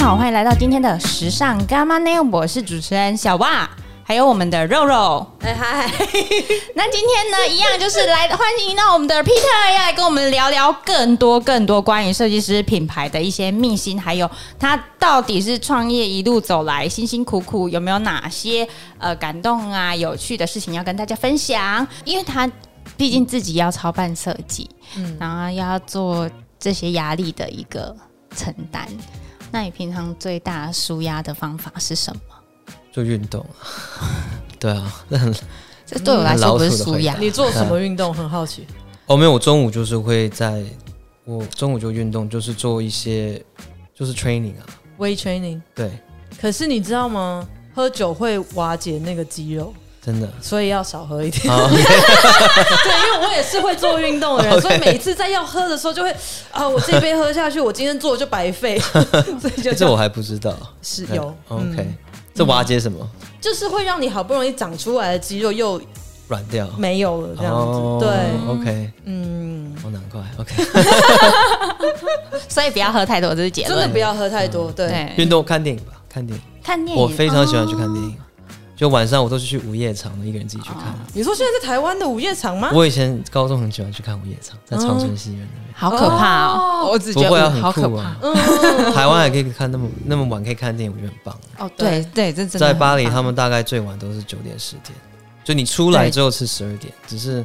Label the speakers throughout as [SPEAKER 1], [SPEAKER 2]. [SPEAKER 1] 好，欢迎来到今天的时尚干妈呢，我是主持人小袜，还有我们的肉肉。
[SPEAKER 2] 哎嗨，
[SPEAKER 1] 那今天呢，一样就是来欢迎到我们的 Peter 要来跟我们聊聊更多更多关于设计师品牌的一些秘辛，还有他到底是创业一路走来辛辛苦苦有没有哪些呃感动啊有趣的事情要跟大家分享，因为他毕竟自己要操办设计，嗯，然后要做这些压力的一个承担。那你平常最大舒压的方法是什么？
[SPEAKER 3] 做运动啊， 对啊，那很
[SPEAKER 1] 这对我来说不是舒压，
[SPEAKER 2] 你做什么运动？很好奇。
[SPEAKER 3] 哦没有，我中午就是会在，我中午就运动，就是做一些就是 training 啊，
[SPEAKER 2] 微 training，
[SPEAKER 3] 对，
[SPEAKER 2] 可是你知道吗？喝酒会瓦解那个肌肉，
[SPEAKER 3] 真的。
[SPEAKER 2] 所以要少喝一 点。
[SPEAKER 3] 好，
[SPEAKER 2] 对，因为我也是会做运动 的人，所以每一次在要喝的时候，就会啊，我这一杯喝下去，我今天做就白 费，所以就
[SPEAKER 3] 这我还不知道。
[SPEAKER 2] 是有
[SPEAKER 3] 嗯 OK，
[SPEAKER 2] 嗯
[SPEAKER 3] 这瓦解什么？
[SPEAKER 2] 就是会让你好不容易长出来的肌肉又
[SPEAKER 3] 软掉。
[SPEAKER 2] 没有了这样子。
[SPEAKER 3] 哦
[SPEAKER 2] 对，
[SPEAKER 3] ，OK，
[SPEAKER 2] 嗯，
[SPEAKER 3] 哦，难怪。OK，
[SPEAKER 1] 所以不要喝太多，这是结
[SPEAKER 2] 真
[SPEAKER 1] 论
[SPEAKER 2] 的。不要喝太多。对，
[SPEAKER 1] 对，
[SPEAKER 3] 运动看电影吧，看电影，
[SPEAKER 1] 看电影，
[SPEAKER 3] 我非常喜
[SPEAKER 2] 哦
[SPEAKER 3] 欢去看电影。就晚上我都是去午夜场的，一个人自己去看。
[SPEAKER 2] 你说现在在台湾的午夜场吗？
[SPEAKER 3] 我以前高中很喜欢去看午夜场，在长春戏院那边。
[SPEAKER 1] 好可怕哦！我只
[SPEAKER 3] 不
[SPEAKER 1] 觉得
[SPEAKER 3] 会啊，
[SPEAKER 1] 嗯好
[SPEAKER 3] 很
[SPEAKER 1] 可
[SPEAKER 3] 酷
[SPEAKER 1] 怕
[SPEAKER 3] 啊。
[SPEAKER 1] 嗯
[SPEAKER 3] 台湾还可以看那么那么晚可以看电影，我觉得很棒。
[SPEAKER 1] 哦！对对，这真的
[SPEAKER 3] 在
[SPEAKER 1] 很
[SPEAKER 3] 巴黎，
[SPEAKER 1] 棒
[SPEAKER 3] 他们大概最晚都是九点十点，就你出来之后是十二点，只是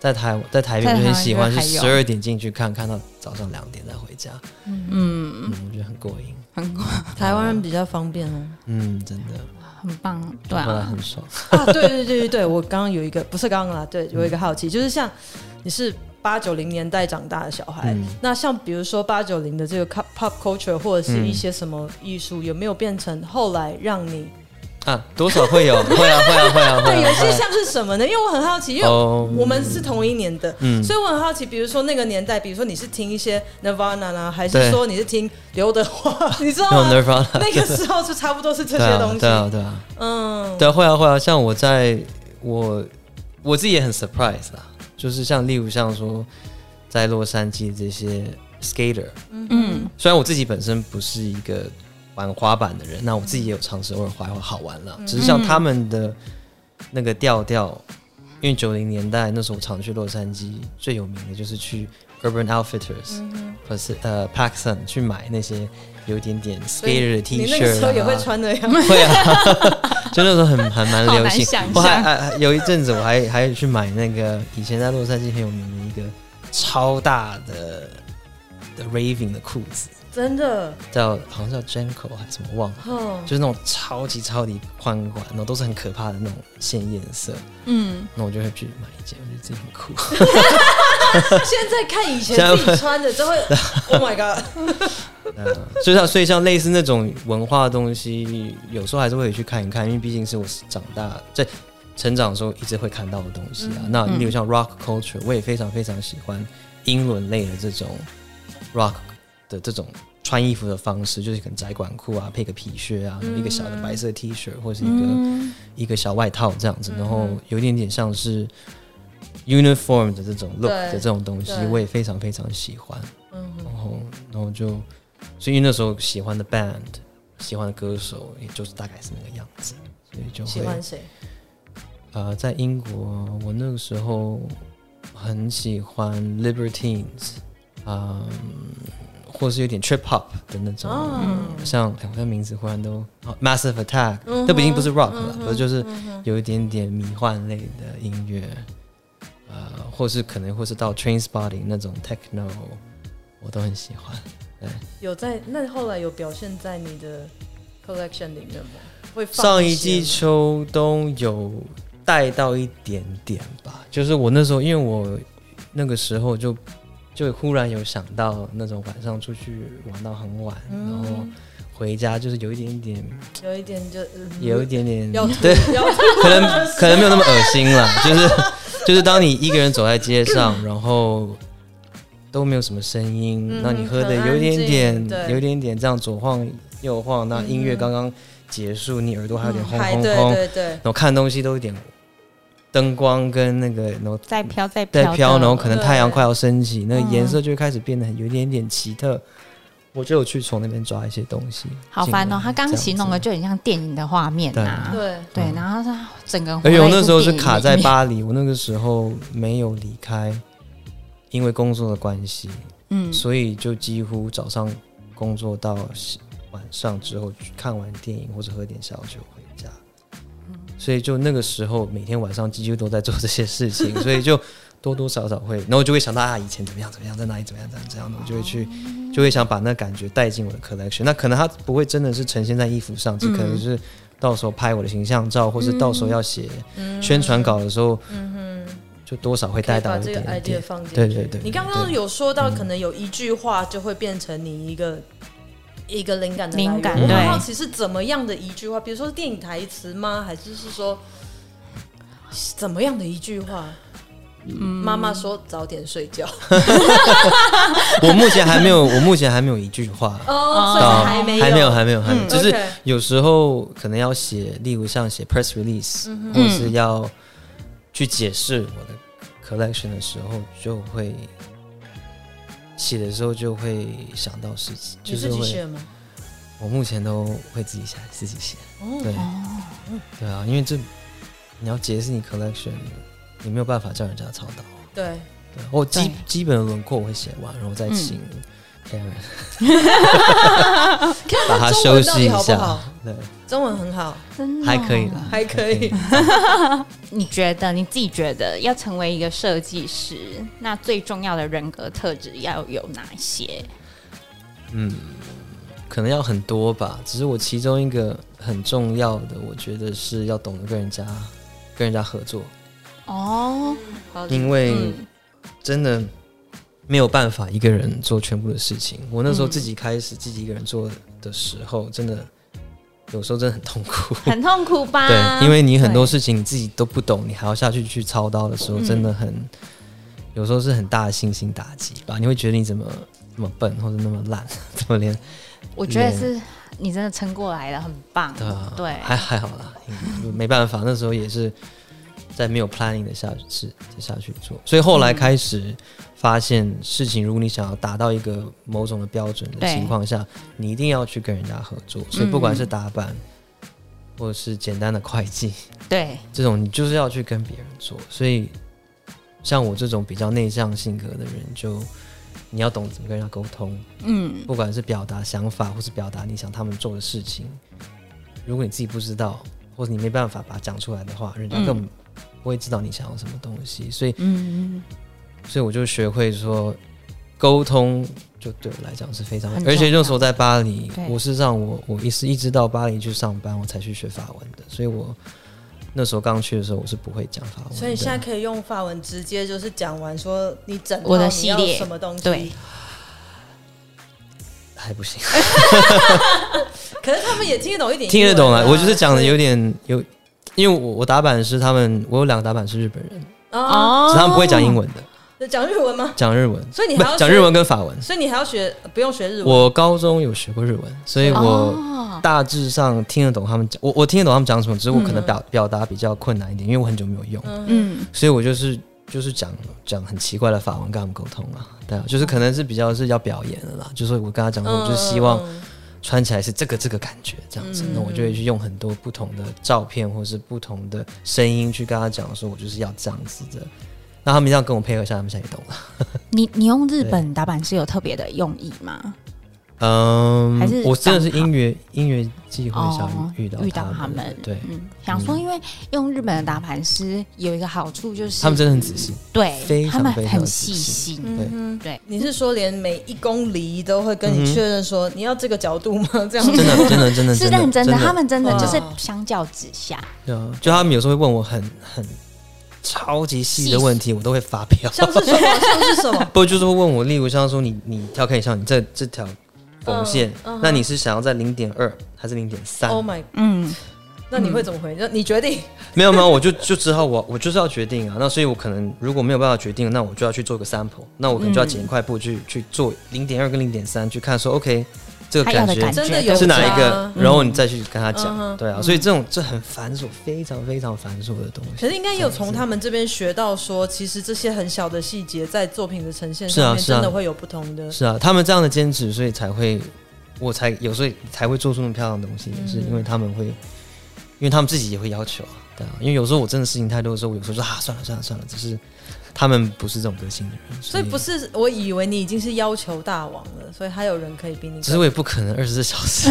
[SPEAKER 3] 在台在台
[SPEAKER 1] 在台
[SPEAKER 3] 北就
[SPEAKER 1] 湾
[SPEAKER 3] 很喜欢
[SPEAKER 1] 就是还有
[SPEAKER 3] 十二点进去看，看到早上两点再回家，
[SPEAKER 1] 嗯
[SPEAKER 3] 嗯，我觉得很过瘾，
[SPEAKER 1] 很
[SPEAKER 2] 台湾人比较方便哦。嗯
[SPEAKER 3] 嗯，真的，
[SPEAKER 1] 很棒，对
[SPEAKER 3] 后来
[SPEAKER 1] 啊，
[SPEAKER 3] 很爽。
[SPEAKER 2] 啊，对对对对对，我刚刚有一个不是刚刚啦，对，有一
[SPEAKER 3] 嗯
[SPEAKER 2] 个好奇，就是像你是八九零年代长大的小孩，
[SPEAKER 3] 嗯
[SPEAKER 2] 那像比如说八九零的这个 pop pop culture 或
[SPEAKER 3] 嗯
[SPEAKER 2] 者是一些什么艺术，有没有变成后来让你
[SPEAKER 3] 啊，多少会有，会啊，会啊，会啊，
[SPEAKER 2] 对
[SPEAKER 3] 会
[SPEAKER 2] 有
[SPEAKER 3] 啊，
[SPEAKER 2] 些
[SPEAKER 3] 会啊。
[SPEAKER 2] 像是什么呢？因为我很好奇，因为
[SPEAKER 3] 哦
[SPEAKER 2] 我们是同一年的，
[SPEAKER 3] 嗯
[SPEAKER 2] 所以我很好奇，比如说那个年代，比如说你是听一些 Nirvana 啦，还是
[SPEAKER 3] 对
[SPEAKER 2] 说你是听刘德华，你知道
[SPEAKER 3] 那种
[SPEAKER 2] 吗？
[SPEAKER 3] Nirvana，
[SPEAKER 2] 那个时候就差不多是这
[SPEAKER 3] 对
[SPEAKER 2] 些
[SPEAKER 3] 啊
[SPEAKER 2] 东，西，
[SPEAKER 3] 对啊，对啊，
[SPEAKER 2] 嗯，
[SPEAKER 3] 对啊，会啊，会啊。像我在我我自己也很 surprise 啦，就是像例如像说在洛杉矶这些 skater，
[SPEAKER 1] 嗯，
[SPEAKER 3] 虽然我自己本身不是一个玩滑板的人，那我自己也有尝试偶尔滑一滑，好玩
[SPEAKER 2] 嗯
[SPEAKER 3] 了。只是像他们的那个调调，因为九零年代那时候我常去洛杉矶，最有名的就是去 Urban Outfitters、或
[SPEAKER 2] 嗯
[SPEAKER 3] 是呃 Paxson 去买那些有一点点
[SPEAKER 2] 所以
[SPEAKER 3] skater 啊的 T
[SPEAKER 2] 你那个
[SPEAKER 3] 恤、
[SPEAKER 2] 时候
[SPEAKER 3] 啊，
[SPEAKER 2] 也会穿的呀。
[SPEAKER 3] 会啊， 就那时候很还蛮流
[SPEAKER 1] 好
[SPEAKER 3] 行
[SPEAKER 1] 难想象。
[SPEAKER 3] 我还哎还还有一阵子，我还还去买那个以前在洛杉矶很有名的一个超大的的 raving 的裤子，
[SPEAKER 2] 真的，
[SPEAKER 3] 叫好像叫 Janko 还是什么忘了，
[SPEAKER 2] 嗯，
[SPEAKER 3] 就是那种超级超级宽款，然后都是很可怕的那种鲜艳色。嗯，那我就会去买一件，我觉得自己很酷。
[SPEAKER 2] 现在看以前自己穿的，就会，Oh my god！
[SPEAKER 3] 所以像所以像类似那种文化的东西，有时候还是会去看一看，因为毕竟是我长大在成长的时候一直会看到的东西啊。
[SPEAKER 2] 嗯
[SPEAKER 3] 那例如像 rock culture，我也非常非常喜欢英伦类的这种 rock 的这种穿衣服的方式，就是可能窄管裤啊，配个皮靴啊，一个小的白色
[SPEAKER 2] 嗯
[SPEAKER 3] T 恤或是一个、一个小外套这样子，然
[SPEAKER 2] 嗯
[SPEAKER 3] 后有一点点像是 uniform 的这种 look
[SPEAKER 2] 对
[SPEAKER 3] 的这种东西
[SPEAKER 2] 对，嗯
[SPEAKER 3] 我也非常非常喜欢。然后然后就，所以那时候喜欢的 band，喜欢的歌手，也就是大概是那个样子，所以就
[SPEAKER 2] 喜
[SPEAKER 3] 会
[SPEAKER 2] 欢谁？
[SPEAKER 3] 呃，在英国，我那个时候很喜欢 Libertines，啊、或是有点 trip hop 的那种，
[SPEAKER 2] 哦
[SPEAKER 3] 像哎我的名字忽然都、哦 Massive Attack，这、不
[SPEAKER 2] 嗯
[SPEAKER 3] 已经不是 rock 了，可是就是有一点点迷幻类的音乐，呃，或是可能或是到 Train Spotting 那种 techno，我都很喜欢。
[SPEAKER 2] 有在那后来有表现在你的 collection 里面吗？会放
[SPEAKER 3] 上一
[SPEAKER 2] 一些
[SPEAKER 3] 季秋冬有带到一点点吧，就是我那时候，因为我那个时候就就忽然有想到那种晚上出去玩到很晚，
[SPEAKER 2] 嗯
[SPEAKER 3] 然后回家就是有一点点，
[SPEAKER 2] 有一点就嗯
[SPEAKER 3] 有一点点
[SPEAKER 2] 要吐
[SPEAKER 3] 对，
[SPEAKER 2] 要 吐
[SPEAKER 3] 可能可能没有那么恶心啦，就是就是当你一个人走在街上，然后都没有什么声音，
[SPEAKER 2] 嗯
[SPEAKER 3] 那你喝的
[SPEAKER 2] 很安
[SPEAKER 3] 有一点
[SPEAKER 2] 静对嗯
[SPEAKER 3] 点有一点点这样左晃右晃，那音乐刚刚结束，你耳朵还有点轰
[SPEAKER 2] 还
[SPEAKER 3] 轰
[SPEAKER 2] 对
[SPEAKER 3] 轰，
[SPEAKER 2] 对对，
[SPEAKER 3] 然后看东西都有点灯光跟那个然后
[SPEAKER 1] 在飘在
[SPEAKER 3] 在
[SPEAKER 1] 飘的，
[SPEAKER 3] 飘，然后可能
[SPEAKER 1] 嗯
[SPEAKER 2] 对
[SPEAKER 3] 太阳快要升起，那个颜色就会开始变得很有一点点奇特。我就有去从那边抓一些东西。
[SPEAKER 1] 好烦哦！他刚
[SPEAKER 3] 起
[SPEAKER 1] 形容的就很像电影的画面呐、
[SPEAKER 2] 对，
[SPEAKER 1] 对，然后他整个人活
[SPEAKER 3] 而
[SPEAKER 1] 在一
[SPEAKER 3] 且
[SPEAKER 1] 部
[SPEAKER 3] 我嗯哎那时候是
[SPEAKER 1] 电影
[SPEAKER 3] 卡
[SPEAKER 1] 里
[SPEAKER 3] 在
[SPEAKER 1] 面
[SPEAKER 3] 巴黎，我那个时候没有离开，因为工作的关系，
[SPEAKER 1] 嗯
[SPEAKER 3] 所以就几乎早上工作到晚上之后，看完电影或者喝点小酒回家。所以就那个时候，每天晚上几乎都在做这些事情，所以就多多少少会，然后就会想到啊，以前怎么样怎么样，在哪里怎么样怎么样怎么样的，我就会去，
[SPEAKER 2] 哦
[SPEAKER 3] 就会想把那感觉带进我的 collection。那可能它不会真的是呈现在衣服上，只可能是到时候拍我的形象照，或是到时候要写
[SPEAKER 2] 嗯
[SPEAKER 3] 宣传稿的时候，就多少会
[SPEAKER 2] 可
[SPEAKER 3] 带
[SPEAKER 2] 以
[SPEAKER 3] 到
[SPEAKER 2] 把
[SPEAKER 3] 一
[SPEAKER 2] 这个
[SPEAKER 3] 点
[SPEAKER 2] idea
[SPEAKER 3] 点。
[SPEAKER 2] 放进去。
[SPEAKER 3] 对对对，
[SPEAKER 2] 你刚刚有说到，可能有一句话就会变成你一个一个灵感的来源
[SPEAKER 1] 灵感
[SPEAKER 2] 我
[SPEAKER 1] 对
[SPEAKER 2] 很好奇是怎么样的一句话，比如说是电影台词吗？还是是说怎么样的一句话？妈妈说早点睡觉
[SPEAKER 3] 对我目前还没有，我目前还没有一句话。
[SPEAKER 2] 哦，
[SPEAKER 1] 所
[SPEAKER 2] 所
[SPEAKER 1] 以
[SPEAKER 2] 以
[SPEAKER 1] 是
[SPEAKER 2] 还
[SPEAKER 1] 还
[SPEAKER 2] 没
[SPEAKER 3] 还没有，
[SPEAKER 2] 有，
[SPEAKER 3] 还没有，还没有，
[SPEAKER 2] 嗯
[SPEAKER 3] 只是
[SPEAKER 2] OK
[SPEAKER 3] 有时候可能要写，例如像写 press release，、或
[SPEAKER 2] 嗯
[SPEAKER 3] 是要去解释我的 collection 的时候，就会写的时候就会想到事情，
[SPEAKER 2] 你
[SPEAKER 3] 就
[SPEAKER 2] 自
[SPEAKER 3] 是
[SPEAKER 2] 己
[SPEAKER 3] 会
[SPEAKER 2] 写吗？
[SPEAKER 3] 我目前都会自己写，自己写，
[SPEAKER 2] 哦
[SPEAKER 3] 对，对啊，因为这你要解释你 collection，你没有办法叫人家操刀。
[SPEAKER 2] 对，嗯
[SPEAKER 3] 对我基
[SPEAKER 1] 对
[SPEAKER 3] 基本的轮廓我会写完，然后再请 Karen 把它
[SPEAKER 2] 中
[SPEAKER 3] 休
[SPEAKER 2] 文到
[SPEAKER 3] 息
[SPEAKER 2] 底
[SPEAKER 3] 一
[SPEAKER 2] 好不
[SPEAKER 3] 下
[SPEAKER 2] 好？，
[SPEAKER 3] 对，
[SPEAKER 2] 中文很好，
[SPEAKER 1] 真的
[SPEAKER 3] 还可以
[SPEAKER 1] 哦
[SPEAKER 3] 啦，
[SPEAKER 2] 还可以。
[SPEAKER 1] 你觉得你自己觉得要成为一个设计师，那最重要的人格特质要有哪些？
[SPEAKER 3] 嗯可能要很多吧。只是我其中一个很重要的，我觉得是要懂得跟人家跟人家合作，
[SPEAKER 1] 哦，
[SPEAKER 2] 好
[SPEAKER 3] 因为真的没有办法一个人做全部的事情。我那时候自己开始自己一个人做的时候，真的有时候真的很痛苦。
[SPEAKER 1] 很痛苦吧？
[SPEAKER 3] 对，因为你很多
[SPEAKER 1] 啊对
[SPEAKER 3] 事情你自己都不懂，你还要下去去操刀的时候，
[SPEAKER 1] 嗯
[SPEAKER 3] 真的很、有时候是很大的信心打击吧。你会觉得你怎么那么笨，或者那么烂， 怎么连
[SPEAKER 1] 我觉得是你真的撑过来了，很棒。
[SPEAKER 3] 对啊，
[SPEAKER 1] 对
[SPEAKER 3] 还还好啦，嗯没办法，那时候也是在没有 planning 的下是下去做，所以后来开始发现事情，如果你想要达到一个某种的标准的
[SPEAKER 1] 对
[SPEAKER 3] 情况下，你一定要去跟人家合作，所以不管是打板。或者是简单的会计，
[SPEAKER 1] 对
[SPEAKER 3] 这种你就是要去跟别人做，所以像我这种比较内向性格的人就，你要懂怎么跟人家沟通，
[SPEAKER 1] 嗯，
[SPEAKER 3] 不管是表达想法，或是表达你想他们做的事情，如果你自己不知道，或者你没办法把它讲出来的话，人家根本不会知道你想要什么东西。所
[SPEAKER 1] 嗯
[SPEAKER 3] 以，所以我就学会说，沟通就对我来讲是非常
[SPEAKER 1] 很，重
[SPEAKER 3] 而
[SPEAKER 1] 要
[SPEAKER 3] 且那时候在巴黎
[SPEAKER 1] 对，
[SPEAKER 3] 我是让我我一是一直到巴黎去上班，我才去学法文的，所以我。那时候刚去的时候，我是不会讲法文的。
[SPEAKER 2] 所以你现在可以用法文直接就是讲完，说你整套
[SPEAKER 1] 我的
[SPEAKER 2] 你
[SPEAKER 1] 系
[SPEAKER 2] 要
[SPEAKER 1] 列
[SPEAKER 2] 什么东西。
[SPEAKER 1] 对
[SPEAKER 3] 还不行，
[SPEAKER 2] 可是他们也听得懂一点、
[SPEAKER 3] 听得懂
[SPEAKER 2] 啊
[SPEAKER 3] 啊。。我就是讲的有点有，因为我我打板是他们，我有两个打板是日本人，
[SPEAKER 2] 啊，
[SPEAKER 1] 哦
[SPEAKER 3] 只是他们不会讲英，文的，
[SPEAKER 2] 那讲日文吗？
[SPEAKER 3] 讲日文，
[SPEAKER 2] 所以你
[SPEAKER 3] 不
[SPEAKER 2] 还要
[SPEAKER 3] 讲
[SPEAKER 2] 学
[SPEAKER 3] 日文跟法文。
[SPEAKER 2] 所以你还要学，不用学日文。
[SPEAKER 3] 我高中有学过日文，所以我
[SPEAKER 1] 哦
[SPEAKER 3] 大致上听得懂他们讲，我我听得懂他们讲什么，只是我可能表、表达比较困难一点，因为我很久没有用，
[SPEAKER 1] 嗯，
[SPEAKER 3] 所以我就是就是讲讲很奇怪的法文跟他们沟通啊，对啊，就是可能是比较是要表演的啦，就是我跟他讲说，我就希望
[SPEAKER 1] 嗯
[SPEAKER 2] 嗯
[SPEAKER 3] 穿起来是这个这个感觉这样子，那我就会去用很多不同的照片或是不同的声音去跟他讲说，我就是要这样子的，那他们一定要跟我配合一下，他们现在也懂了，
[SPEAKER 1] 你你用日本打板是有特别的用意吗？
[SPEAKER 3] 嗯，
[SPEAKER 1] 还是哦
[SPEAKER 3] 我真的是因缘因缘际会下遇到
[SPEAKER 1] 遇到
[SPEAKER 3] 他
[SPEAKER 1] 他
[SPEAKER 3] 们的，
[SPEAKER 1] 们，
[SPEAKER 3] 对、
[SPEAKER 1] 嗯，想说因为用日本的打板师有一个好处就是
[SPEAKER 3] 他们真的很仔细，非
[SPEAKER 1] 对
[SPEAKER 3] 常
[SPEAKER 1] 他们
[SPEAKER 3] 非常
[SPEAKER 1] 很
[SPEAKER 3] 仔
[SPEAKER 1] 细
[SPEAKER 3] 细
[SPEAKER 1] 心，嗯
[SPEAKER 3] 对，
[SPEAKER 1] 对，
[SPEAKER 2] 你是说连每一公里都会跟你确认说你要这个角 度吗？这样
[SPEAKER 3] 真
[SPEAKER 2] 子。
[SPEAKER 3] 的真的真的
[SPEAKER 1] 是认真的，他们真的
[SPEAKER 2] 哇
[SPEAKER 1] 就是相较之下，
[SPEAKER 3] 对啊就他们有时候会问我很很超级细的问题，我都会发飙，
[SPEAKER 2] 像 是什么？像是什么？
[SPEAKER 3] 不就是会问我，例如像说你你挑看一下你这这条
[SPEAKER 1] 嗯
[SPEAKER 3] 缝线，那你是想要在零点二还是零点三？
[SPEAKER 2] Oh my！
[SPEAKER 1] 嗯，
[SPEAKER 2] 那你会怎么
[SPEAKER 3] 嗯
[SPEAKER 2] 回？那你决定
[SPEAKER 3] 没有没有，我就就只好我我就是要决定啊。那所以我可能如果没有办法决定，那我
[SPEAKER 1] 嗯
[SPEAKER 3] 就要去做个 sample，那我可能就要剪一块布去、去做零点二跟零点三，去看说 OK 这个
[SPEAKER 1] 他要
[SPEAKER 3] 感
[SPEAKER 1] 的
[SPEAKER 3] 觉
[SPEAKER 1] 感
[SPEAKER 2] 真的有
[SPEAKER 1] 对
[SPEAKER 3] 是哪一
[SPEAKER 2] 差
[SPEAKER 3] 个，然后你再去跟他
[SPEAKER 2] 嗯哼
[SPEAKER 3] 讲，对啊，所以这种这很繁琐，非常非常繁琐的东
[SPEAKER 2] 可
[SPEAKER 3] 西。
[SPEAKER 2] 是应该也有从他们这边学到说，其实这些很小的细节在作品的呈现
[SPEAKER 3] 是啊
[SPEAKER 2] 上面
[SPEAKER 3] 是啊
[SPEAKER 2] 真的会有不同的。
[SPEAKER 3] 是啊，他们这样的坚持，所以才会，我才有时候才会做出那么漂亮的东西，也
[SPEAKER 2] 嗯
[SPEAKER 3] 是因为他们会，因为他们自己也会要求啊，对啊，因为有时候我真的事情太多的时候，我有时候说啊，算了算了算了，只是他们不是这种个性的人，
[SPEAKER 2] 所以不是，我以为你已经是要求大王了，所以还有人可以比你
[SPEAKER 3] 只是
[SPEAKER 2] 更。
[SPEAKER 3] 我也不可能二十四小 时，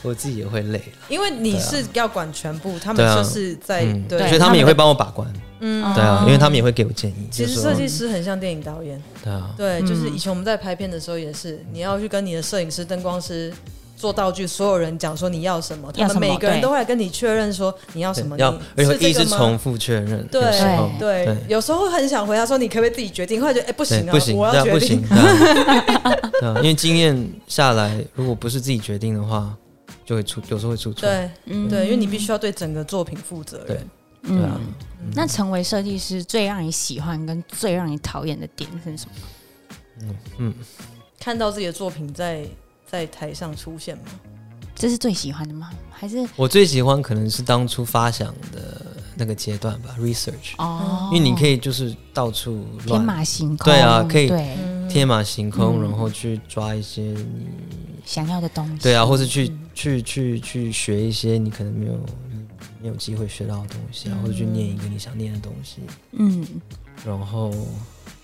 [SPEAKER 3] 我自己也会累，
[SPEAKER 2] 因为你是要管全部，他
[SPEAKER 3] 啊对
[SPEAKER 2] 们
[SPEAKER 3] 啊
[SPEAKER 2] 就是在
[SPEAKER 3] 嗯，
[SPEAKER 2] 对，
[SPEAKER 3] 所以他们也会帮我把关，
[SPEAKER 2] 嗯，
[SPEAKER 3] 对啊，因为他们也会给我建议，
[SPEAKER 2] 其
[SPEAKER 3] 就
[SPEAKER 2] 实
[SPEAKER 3] 是说
[SPEAKER 2] 设计师很像电影导演，
[SPEAKER 3] 对啊，
[SPEAKER 2] 对，就是以前我们在拍片的时候也是，你要去跟你的摄影师、灯光师。做道具，所有人讲说你要什么，他
[SPEAKER 1] 要什
[SPEAKER 2] 们
[SPEAKER 1] 么
[SPEAKER 2] 每个人
[SPEAKER 1] 对
[SPEAKER 2] 都会来跟你确认说你要什么，
[SPEAKER 3] 要哎
[SPEAKER 2] 你
[SPEAKER 3] 而且
[SPEAKER 2] 是这
[SPEAKER 3] 一直
[SPEAKER 2] 个
[SPEAKER 3] 重
[SPEAKER 2] 吗？
[SPEAKER 3] 复确认，
[SPEAKER 2] 对
[SPEAKER 3] 有时候
[SPEAKER 2] 对
[SPEAKER 3] 对，
[SPEAKER 2] 有时候很想回答说你可不可以自己决定，后来觉得哎、不
[SPEAKER 3] 对
[SPEAKER 2] 行啊，
[SPEAKER 3] 不行，
[SPEAKER 2] 我
[SPEAKER 3] 对
[SPEAKER 2] 要
[SPEAKER 3] 啊
[SPEAKER 2] 决
[SPEAKER 3] 不
[SPEAKER 2] 定
[SPEAKER 3] 行，。对啊 对啊，因为经验下来，如果不是自己决定的话，就会出有时候会出错，
[SPEAKER 2] 对，
[SPEAKER 1] 嗯
[SPEAKER 2] 对，因为你必须要对整个作品负责任
[SPEAKER 3] 对。对啊，
[SPEAKER 1] 那成为设计师最让你喜欢跟最让你讨厌的点是什么？
[SPEAKER 2] 看到自己的作品在在台上出现嘛，
[SPEAKER 1] 这是最喜欢的吗？还是
[SPEAKER 3] 我最喜欢可能是当初发想的那个阶段吧，research，
[SPEAKER 1] 哦，
[SPEAKER 3] 因为你可以就是到处
[SPEAKER 1] 天
[SPEAKER 3] 乱
[SPEAKER 1] 马行空，
[SPEAKER 3] 对啊可以
[SPEAKER 1] 对
[SPEAKER 3] 天马行
[SPEAKER 2] 嗯
[SPEAKER 3] 空，然后去抓一些你
[SPEAKER 1] 想要的东西，
[SPEAKER 3] 对啊，或是去
[SPEAKER 2] 嗯
[SPEAKER 3] 去去去学一些你可能没有你没有机会学到的东西啊，或者去念一个你想念的东西，
[SPEAKER 1] 嗯，
[SPEAKER 3] 然后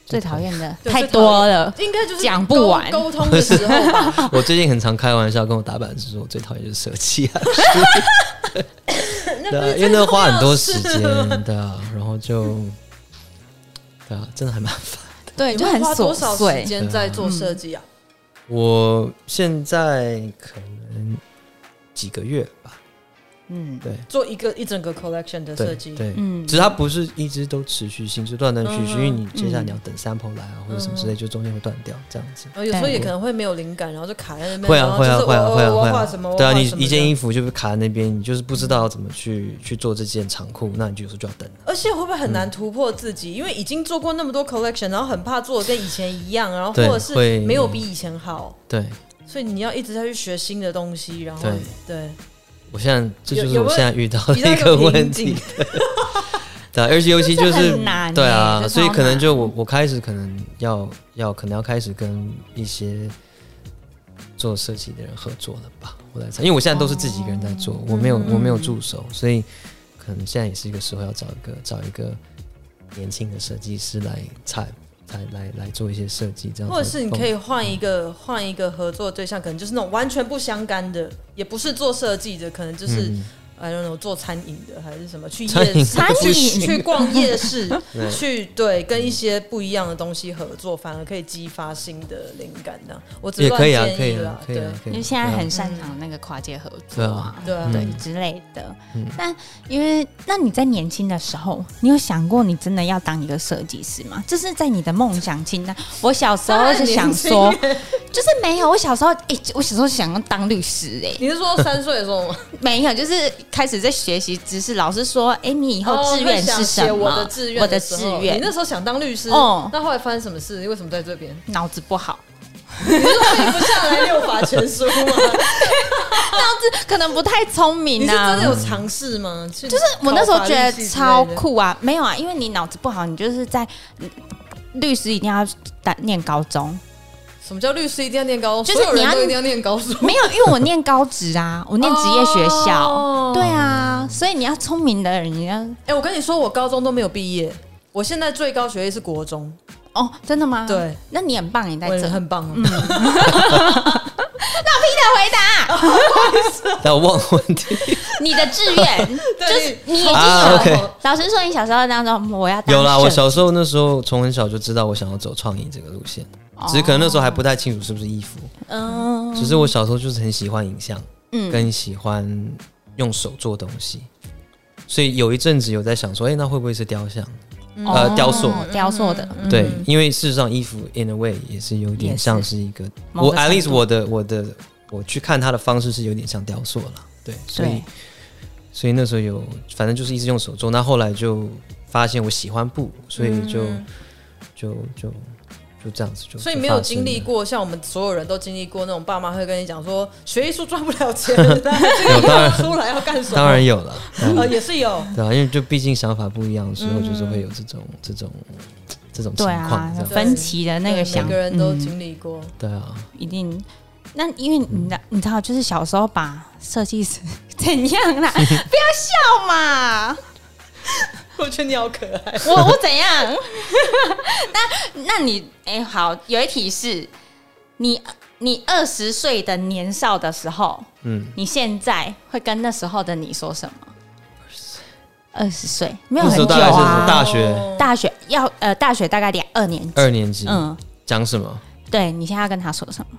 [SPEAKER 1] 最讨厌的
[SPEAKER 2] 对
[SPEAKER 1] 太多了，
[SPEAKER 2] 应该就是
[SPEAKER 1] 讲不
[SPEAKER 2] 沟
[SPEAKER 1] 完
[SPEAKER 2] 沟通的时 候吧。
[SPEAKER 3] 我最近很常开玩笑跟我打板是说，我最讨厌就是设计啊，对啊， 因为那花很多时间的、啊，然后就对啊，真的还蛮烦。
[SPEAKER 1] 对，
[SPEAKER 2] 你
[SPEAKER 1] 就
[SPEAKER 2] 会
[SPEAKER 1] 很
[SPEAKER 2] 花
[SPEAKER 1] 琐
[SPEAKER 2] 多少时
[SPEAKER 1] 碎。
[SPEAKER 2] 间在做设计啊？
[SPEAKER 3] 我现在可能几个月吧，
[SPEAKER 1] 嗯
[SPEAKER 3] 对
[SPEAKER 2] 做一个一整个 collection 的设
[SPEAKER 3] 对
[SPEAKER 2] 计，
[SPEAKER 3] 对，
[SPEAKER 1] 嗯
[SPEAKER 3] 只是它不是一直都持续性，是断断续续，
[SPEAKER 2] 嗯
[SPEAKER 3] 因为你接下来你要等 sample 来啊，或者什么之类，就中间会断掉这样子。
[SPEAKER 2] 然后有时候
[SPEAKER 1] 对
[SPEAKER 2] 也可能会没有灵感，然后就卡在那边。
[SPEAKER 3] 会
[SPEAKER 2] 然
[SPEAKER 3] 啊
[SPEAKER 2] 后
[SPEAKER 3] 会啊
[SPEAKER 2] 就是
[SPEAKER 3] 会啊
[SPEAKER 2] 我
[SPEAKER 3] 会啊
[SPEAKER 2] 我
[SPEAKER 3] 会
[SPEAKER 2] 画
[SPEAKER 3] 啊
[SPEAKER 2] 什么？我，
[SPEAKER 3] 对啊，
[SPEAKER 2] 画
[SPEAKER 3] 你
[SPEAKER 2] 嗯哦什么
[SPEAKER 3] 一
[SPEAKER 2] 这
[SPEAKER 3] 件
[SPEAKER 2] 样
[SPEAKER 3] 衣服就是卡在那边，你就是不知道要怎么去去做这件长裤，那你就有时候就要等了。
[SPEAKER 2] 而且会不会很
[SPEAKER 3] 嗯
[SPEAKER 2] 难突破自己？因为已经做过那么多 collection，然后很怕做的跟以前一样，然后或
[SPEAKER 3] 对
[SPEAKER 2] 者是
[SPEAKER 3] 会
[SPEAKER 2] 没有比以前好，
[SPEAKER 3] 对，
[SPEAKER 2] 所以你要一直在去学新的东西，然后
[SPEAKER 3] 对
[SPEAKER 2] 对，
[SPEAKER 3] 我现在这就
[SPEAKER 2] 有
[SPEAKER 3] 是
[SPEAKER 2] 有
[SPEAKER 3] 我
[SPEAKER 2] 没有
[SPEAKER 3] 现在遇到的
[SPEAKER 2] 遇到一
[SPEAKER 3] 一
[SPEAKER 2] 个
[SPEAKER 3] 个
[SPEAKER 2] 瓶
[SPEAKER 3] 问
[SPEAKER 2] 颈
[SPEAKER 3] 题，对啊，而且尤其就
[SPEAKER 1] 这
[SPEAKER 3] 是
[SPEAKER 1] 很难欸
[SPEAKER 3] 对
[SPEAKER 1] 这
[SPEAKER 3] 啊，
[SPEAKER 1] 超
[SPEAKER 3] 所以可能
[SPEAKER 1] 难
[SPEAKER 3] 就我我开始可能要要可能要开始跟一些做设计的人合作了吧，我来猜，因为我现在都是自己一个人在做，我
[SPEAKER 2] 哦
[SPEAKER 3] 没有我
[SPEAKER 2] 嗯
[SPEAKER 3] 没有助手，所以可能现在也是一个时候要找一个找一个年轻的设计师来采来来来做一些设计，这样
[SPEAKER 2] 或者是你可
[SPEAKER 3] 以
[SPEAKER 2] 以换一个换一个合作对象，可能就是那种完全不相干的，也不是做设计的，可能就是、I don't know 做餐饮的还是什么，去
[SPEAKER 3] 嗯餐
[SPEAKER 2] 夜市
[SPEAKER 3] 饮
[SPEAKER 1] 餐
[SPEAKER 2] 去
[SPEAKER 1] 饮
[SPEAKER 2] 去逛 夜市，
[SPEAKER 3] 对
[SPEAKER 2] 去对跟一些不一样的东西合作，反而可以激发新的灵感呢。我只
[SPEAKER 3] 也
[SPEAKER 2] 是
[SPEAKER 3] 可以啊，
[SPEAKER 2] 乱
[SPEAKER 3] 可
[SPEAKER 2] 建
[SPEAKER 3] 以
[SPEAKER 2] 议
[SPEAKER 3] 啊
[SPEAKER 2] 啦，，
[SPEAKER 3] 可以啊，可以啊
[SPEAKER 1] 因为现在
[SPEAKER 3] 对啊
[SPEAKER 1] 很擅长那个跨界合作
[SPEAKER 3] 对
[SPEAKER 1] 啊
[SPEAKER 3] 啊，
[SPEAKER 2] 对啊
[SPEAKER 1] 对
[SPEAKER 3] 嗯
[SPEAKER 1] 之类的
[SPEAKER 3] 嗯。
[SPEAKER 1] 但因为那你在年轻的时候，你有想过你真的要当一个设计师吗？这是在你的梦想清单。我小时候就想说， 就是没有。我小时候，诶，我小时候想要当律师、诶，
[SPEAKER 2] 你是 说三岁的时候吗？
[SPEAKER 1] 没有，就是开始在学习知识。老师说，诶，你以后
[SPEAKER 2] 哦
[SPEAKER 1] 志愿
[SPEAKER 2] 会想
[SPEAKER 1] 是什
[SPEAKER 2] 写
[SPEAKER 1] 么？
[SPEAKER 2] 我的志愿，
[SPEAKER 1] 我的志
[SPEAKER 2] 你
[SPEAKER 1] 愿，
[SPEAKER 2] 那时候想当律师，
[SPEAKER 1] 哦
[SPEAKER 2] 那后来发生什么事？你为什么在这边？
[SPEAKER 1] 脑子不好，
[SPEAKER 2] 背不下来六法全书 吗？
[SPEAKER 1] 脑子可能不太聪
[SPEAKER 2] 你
[SPEAKER 1] 明
[SPEAKER 2] 是
[SPEAKER 1] 啊。
[SPEAKER 2] 真的有尝试吗？就
[SPEAKER 1] 就是我那时候觉得超酷啊，没有啊，因为你脑子不好，你就是在嗯律师一定要打念高中，
[SPEAKER 2] 哦什么叫律师一定要念高中？
[SPEAKER 1] 就是
[SPEAKER 2] 所有人
[SPEAKER 1] 你要
[SPEAKER 2] 都一定要念高中。
[SPEAKER 1] 没有，因为我念高职 啊，我念职业学校，
[SPEAKER 2] 哦
[SPEAKER 1] 对啊，所以你要聪明的人，你要
[SPEAKER 2] 哎、我跟你说，我高中都没有毕业，我现在最高学历是国中，
[SPEAKER 1] 哦，真的吗？
[SPEAKER 2] 对，
[SPEAKER 1] 那你很棒，你在
[SPEAKER 2] 我
[SPEAKER 1] 这
[SPEAKER 2] 也很棒、啊。
[SPEAKER 1] 嗯
[SPEAKER 3] 但我忘了问题。
[SPEAKER 1] 你的志 愿
[SPEAKER 2] 对
[SPEAKER 1] 就是你已经
[SPEAKER 3] 啊
[SPEAKER 1] 有。
[SPEAKER 3] ，OK
[SPEAKER 1] 老师说你小时候当中我要当
[SPEAKER 3] 有啦，
[SPEAKER 1] 社
[SPEAKER 3] 我小时候那时候从很小就知道我想要走创意这个路线，只是可能那时候还不太清楚是不是衣服，
[SPEAKER 1] 嗯
[SPEAKER 3] 只是我小时候就是很喜欢影像，
[SPEAKER 1] 嗯
[SPEAKER 3] 跟喜欢用手做东西，所以有一阵子有在想说，哎、那会不会是雕像？呃
[SPEAKER 1] 哦
[SPEAKER 3] 雕塑
[SPEAKER 1] 雕塑的
[SPEAKER 2] 嗯
[SPEAKER 3] 对，因为事实上衣服 in a way 也是有点像是一个，
[SPEAKER 2] 嗯
[SPEAKER 1] 某个
[SPEAKER 3] 我 at
[SPEAKER 1] 程
[SPEAKER 3] least
[SPEAKER 1] 度
[SPEAKER 3] 我的我的我去看它的方式是有点像雕塑了，对，所以
[SPEAKER 1] 对
[SPEAKER 3] 所以那时候有，反正就是一直用手做，那后来就发现我喜欢布，所以就、就就就就这样子就
[SPEAKER 2] 所以
[SPEAKER 3] 就
[SPEAKER 2] 没有
[SPEAKER 3] 发生
[SPEAKER 2] 经历
[SPEAKER 3] 了
[SPEAKER 2] 过，像我们所有人都经历过那种爸妈会跟你讲说，学艺术赚不了 钱，这个
[SPEAKER 3] 当 然
[SPEAKER 2] 做出来要干什么？
[SPEAKER 3] 当然有了，嗯
[SPEAKER 2] 呃，也是有，
[SPEAKER 3] 对啊，因为就毕竟想法不一样的时候，就是会有这种、这种这种情
[SPEAKER 1] 对
[SPEAKER 3] 况
[SPEAKER 1] 啊
[SPEAKER 3] 这，样。
[SPEAKER 1] 分歧的那个
[SPEAKER 2] 对
[SPEAKER 1] 想
[SPEAKER 2] 每个人都
[SPEAKER 1] 嗯
[SPEAKER 2] 经历过。
[SPEAKER 3] 对啊，
[SPEAKER 1] 一定。那因为你知道，你知道，就是小时候把设计师怎样啦？不 要笑嘛！
[SPEAKER 2] 我觉得你好可爱，
[SPEAKER 1] 我我怎样？ 那那你哎、好，有一题是，你你二十岁的年少的时候，
[SPEAKER 3] 嗯，
[SPEAKER 1] 你现在会跟那时候的你说什么？二十岁没有
[SPEAKER 3] 那时
[SPEAKER 1] 很
[SPEAKER 3] 候
[SPEAKER 1] 久
[SPEAKER 3] 大概是什么
[SPEAKER 1] 啊，
[SPEAKER 3] 大学
[SPEAKER 1] 大学要呃大学大概两二年级，
[SPEAKER 3] 二年级，
[SPEAKER 1] 嗯，
[SPEAKER 3] 讲什么？
[SPEAKER 1] 对你现在要跟他说什么？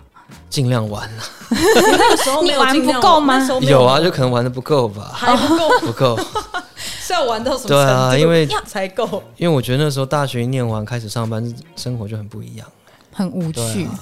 [SPEAKER 3] 尽量玩啊，
[SPEAKER 2] 那时候没
[SPEAKER 1] 你
[SPEAKER 2] 有
[SPEAKER 1] 玩
[SPEAKER 2] 尽量
[SPEAKER 1] 不够吗
[SPEAKER 2] 那时候没
[SPEAKER 3] 有啊，就可能玩的不够吧，
[SPEAKER 2] 还不够，
[SPEAKER 3] 不够。
[SPEAKER 2] 是要玩到什么程度？
[SPEAKER 3] 对啊，因为
[SPEAKER 1] 要
[SPEAKER 2] 才够。
[SPEAKER 3] 因为我觉得那时候大学念完开始上班，生活就很不一样。
[SPEAKER 1] 很无
[SPEAKER 3] 对
[SPEAKER 1] 趣，
[SPEAKER 3] 啊，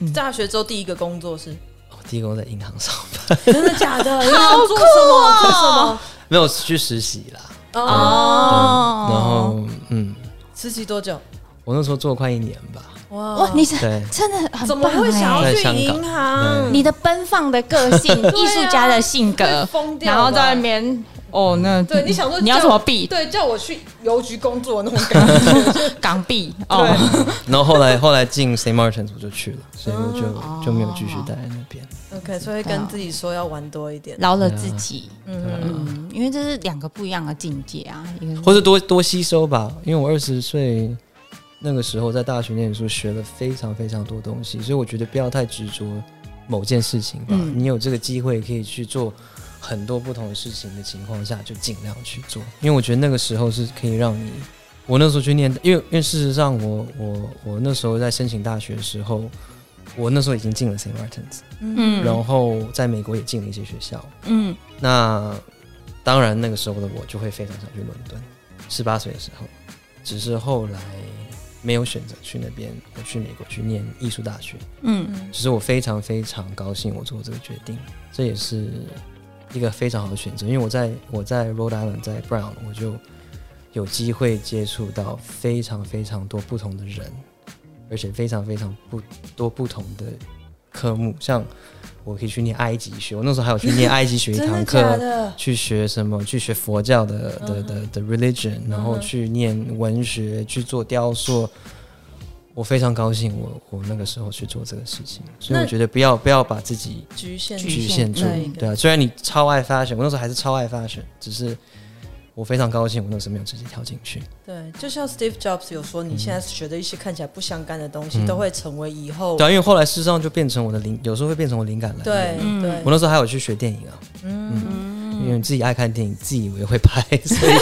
[SPEAKER 1] 嗯
[SPEAKER 2] 大学之后第一个工作是
[SPEAKER 3] 哦第一个我在银行上班，
[SPEAKER 2] 真的假的？ 你想
[SPEAKER 1] 好
[SPEAKER 2] 做
[SPEAKER 1] 酷
[SPEAKER 2] 什么？做什
[SPEAKER 1] 哦
[SPEAKER 2] 么？
[SPEAKER 3] 没有去实习啦。
[SPEAKER 2] 哦，
[SPEAKER 1] 哦
[SPEAKER 3] 对然后嗯，
[SPEAKER 2] 实习多久？
[SPEAKER 3] 我那时候做了快一年 吧。
[SPEAKER 2] 哇
[SPEAKER 1] 哇，你是
[SPEAKER 3] 对
[SPEAKER 1] 真的很
[SPEAKER 2] 嗯怎么会
[SPEAKER 1] 棒哎
[SPEAKER 2] 想要
[SPEAKER 3] 在
[SPEAKER 2] 去
[SPEAKER 3] 香港
[SPEAKER 2] 银行？
[SPEAKER 1] 你的奔放的个 性，艺术家的性格，
[SPEAKER 2] 啊疯掉吧
[SPEAKER 1] 然后在那边哦，那
[SPEAKER 2] 对你想说
[SPEAKER 1] 你要
[SPEAKER 2] 叫
[SPEAKER 1] 什么币？
[SPEAKER 2] 对，叫我去邮局工作那种感 觉。
[SPEAKER 1] 港币哦，
[SPEAKER 3] 然后后来后来进 C Martin 组就去了，所以我
[SPEAKER 2] 哦
[SPEAKER 3] 就就没有继续待在那边。
[SPEAKER 2] OK，所以
[SPEAKER 1] 啊
[SPEAKER 2] 跟自己说要玩多一点。
[SPEAKER 1] 饶了自己，
[SPEAKER 3] 啊
[SPEAKER 2] 嗯，
[SPEAKER 1] 嗯，因为这是两个不一样的境界啊，一个
[SPEAKER 3] 或是多多吸收吧，因为我二十岁那个时候在大学念书，学了非常非常多东西，所以我觉得不要太执着某件事情吧。
[SPEAKER 1] 嗯
[SPEAKER 3] 你有这个机会可以去做很多不同的事情的情况下，就尽量去做，因为我觉得那个时候是可以让你。我那时候去念，因为因为事实上我，我我那时候在申请大学的时候，我那时候已经进了 St. Martin's，、
[SPEAKER 1] 嗯
[SPEAKER 3] 然后在美国也进了一些学校，
[SPEAKER 1] 嗯
[SPEAKER 3] 那当然，那个时候的我就会非常想去伦敦，十八岁的时候，只是后来没有选择去那边，我去美国去念艺术大学。
[SPEAKER 1] 嗯
[SPEAKER 3] 只是我非常非常高兴我做这个决定，这也是一个非常好的选择，因为我在我在 Rhode Island 在 Brown 我就有机会接触到非常非常多不同的人，而且非常非常不多不同的科目，像我可以去念埃及学，我那时候还有去念埃及学一
[SPEAKER 2] 真的
[SPEAKER 3] 堂
[SPEAKER 2] 假
[SPEAKER 3] 课，
[SPEAKER 2] 的？
[SPEAKER 3] 去学什么？去学佛教的
[SPEAKER 2] 嗯
[SPEAKER 3] 的的的 religion，然后去念文学，去做雕塑。我非常高兴我，我那个时候去做这个事情，所以
[SPEAKER 2] 那
[SPEAKER 3] 我觉得不要不要把自己
[SPEAKER 2] 局限
[SPEAKER 1] 局
[SPEAKER 3] 局
[SPEAKER 1] 限
[SPEAKER 3] 限住
[SPEAKER 2] 在一，个
[SPEAKER 3] 对啊。虽然你超爱 fashion，我那时候还是超爱 fashion，只是我非常高兴，我那时候没有直接跳进去。
[SPEAKER 2] 对，就像 Steve Jobs 有说，你现在学的一些看起来不相干的东西，
[SPEAKER 3] 嗯
[SPEAKER 2] 都会成为以后
[SPEAKER 3] 对、啊，因为后来事实上就变成我的灵，有时候会变成我灵感来源。
[SPEAKER 2] 对
[SPEAKER 1] 嗯
[SPEAKER 2] 对
[SPEAKER 3] 我。那时候还有去学电影啊，嗯，因为自己爱看电影，自以为会拍， 所以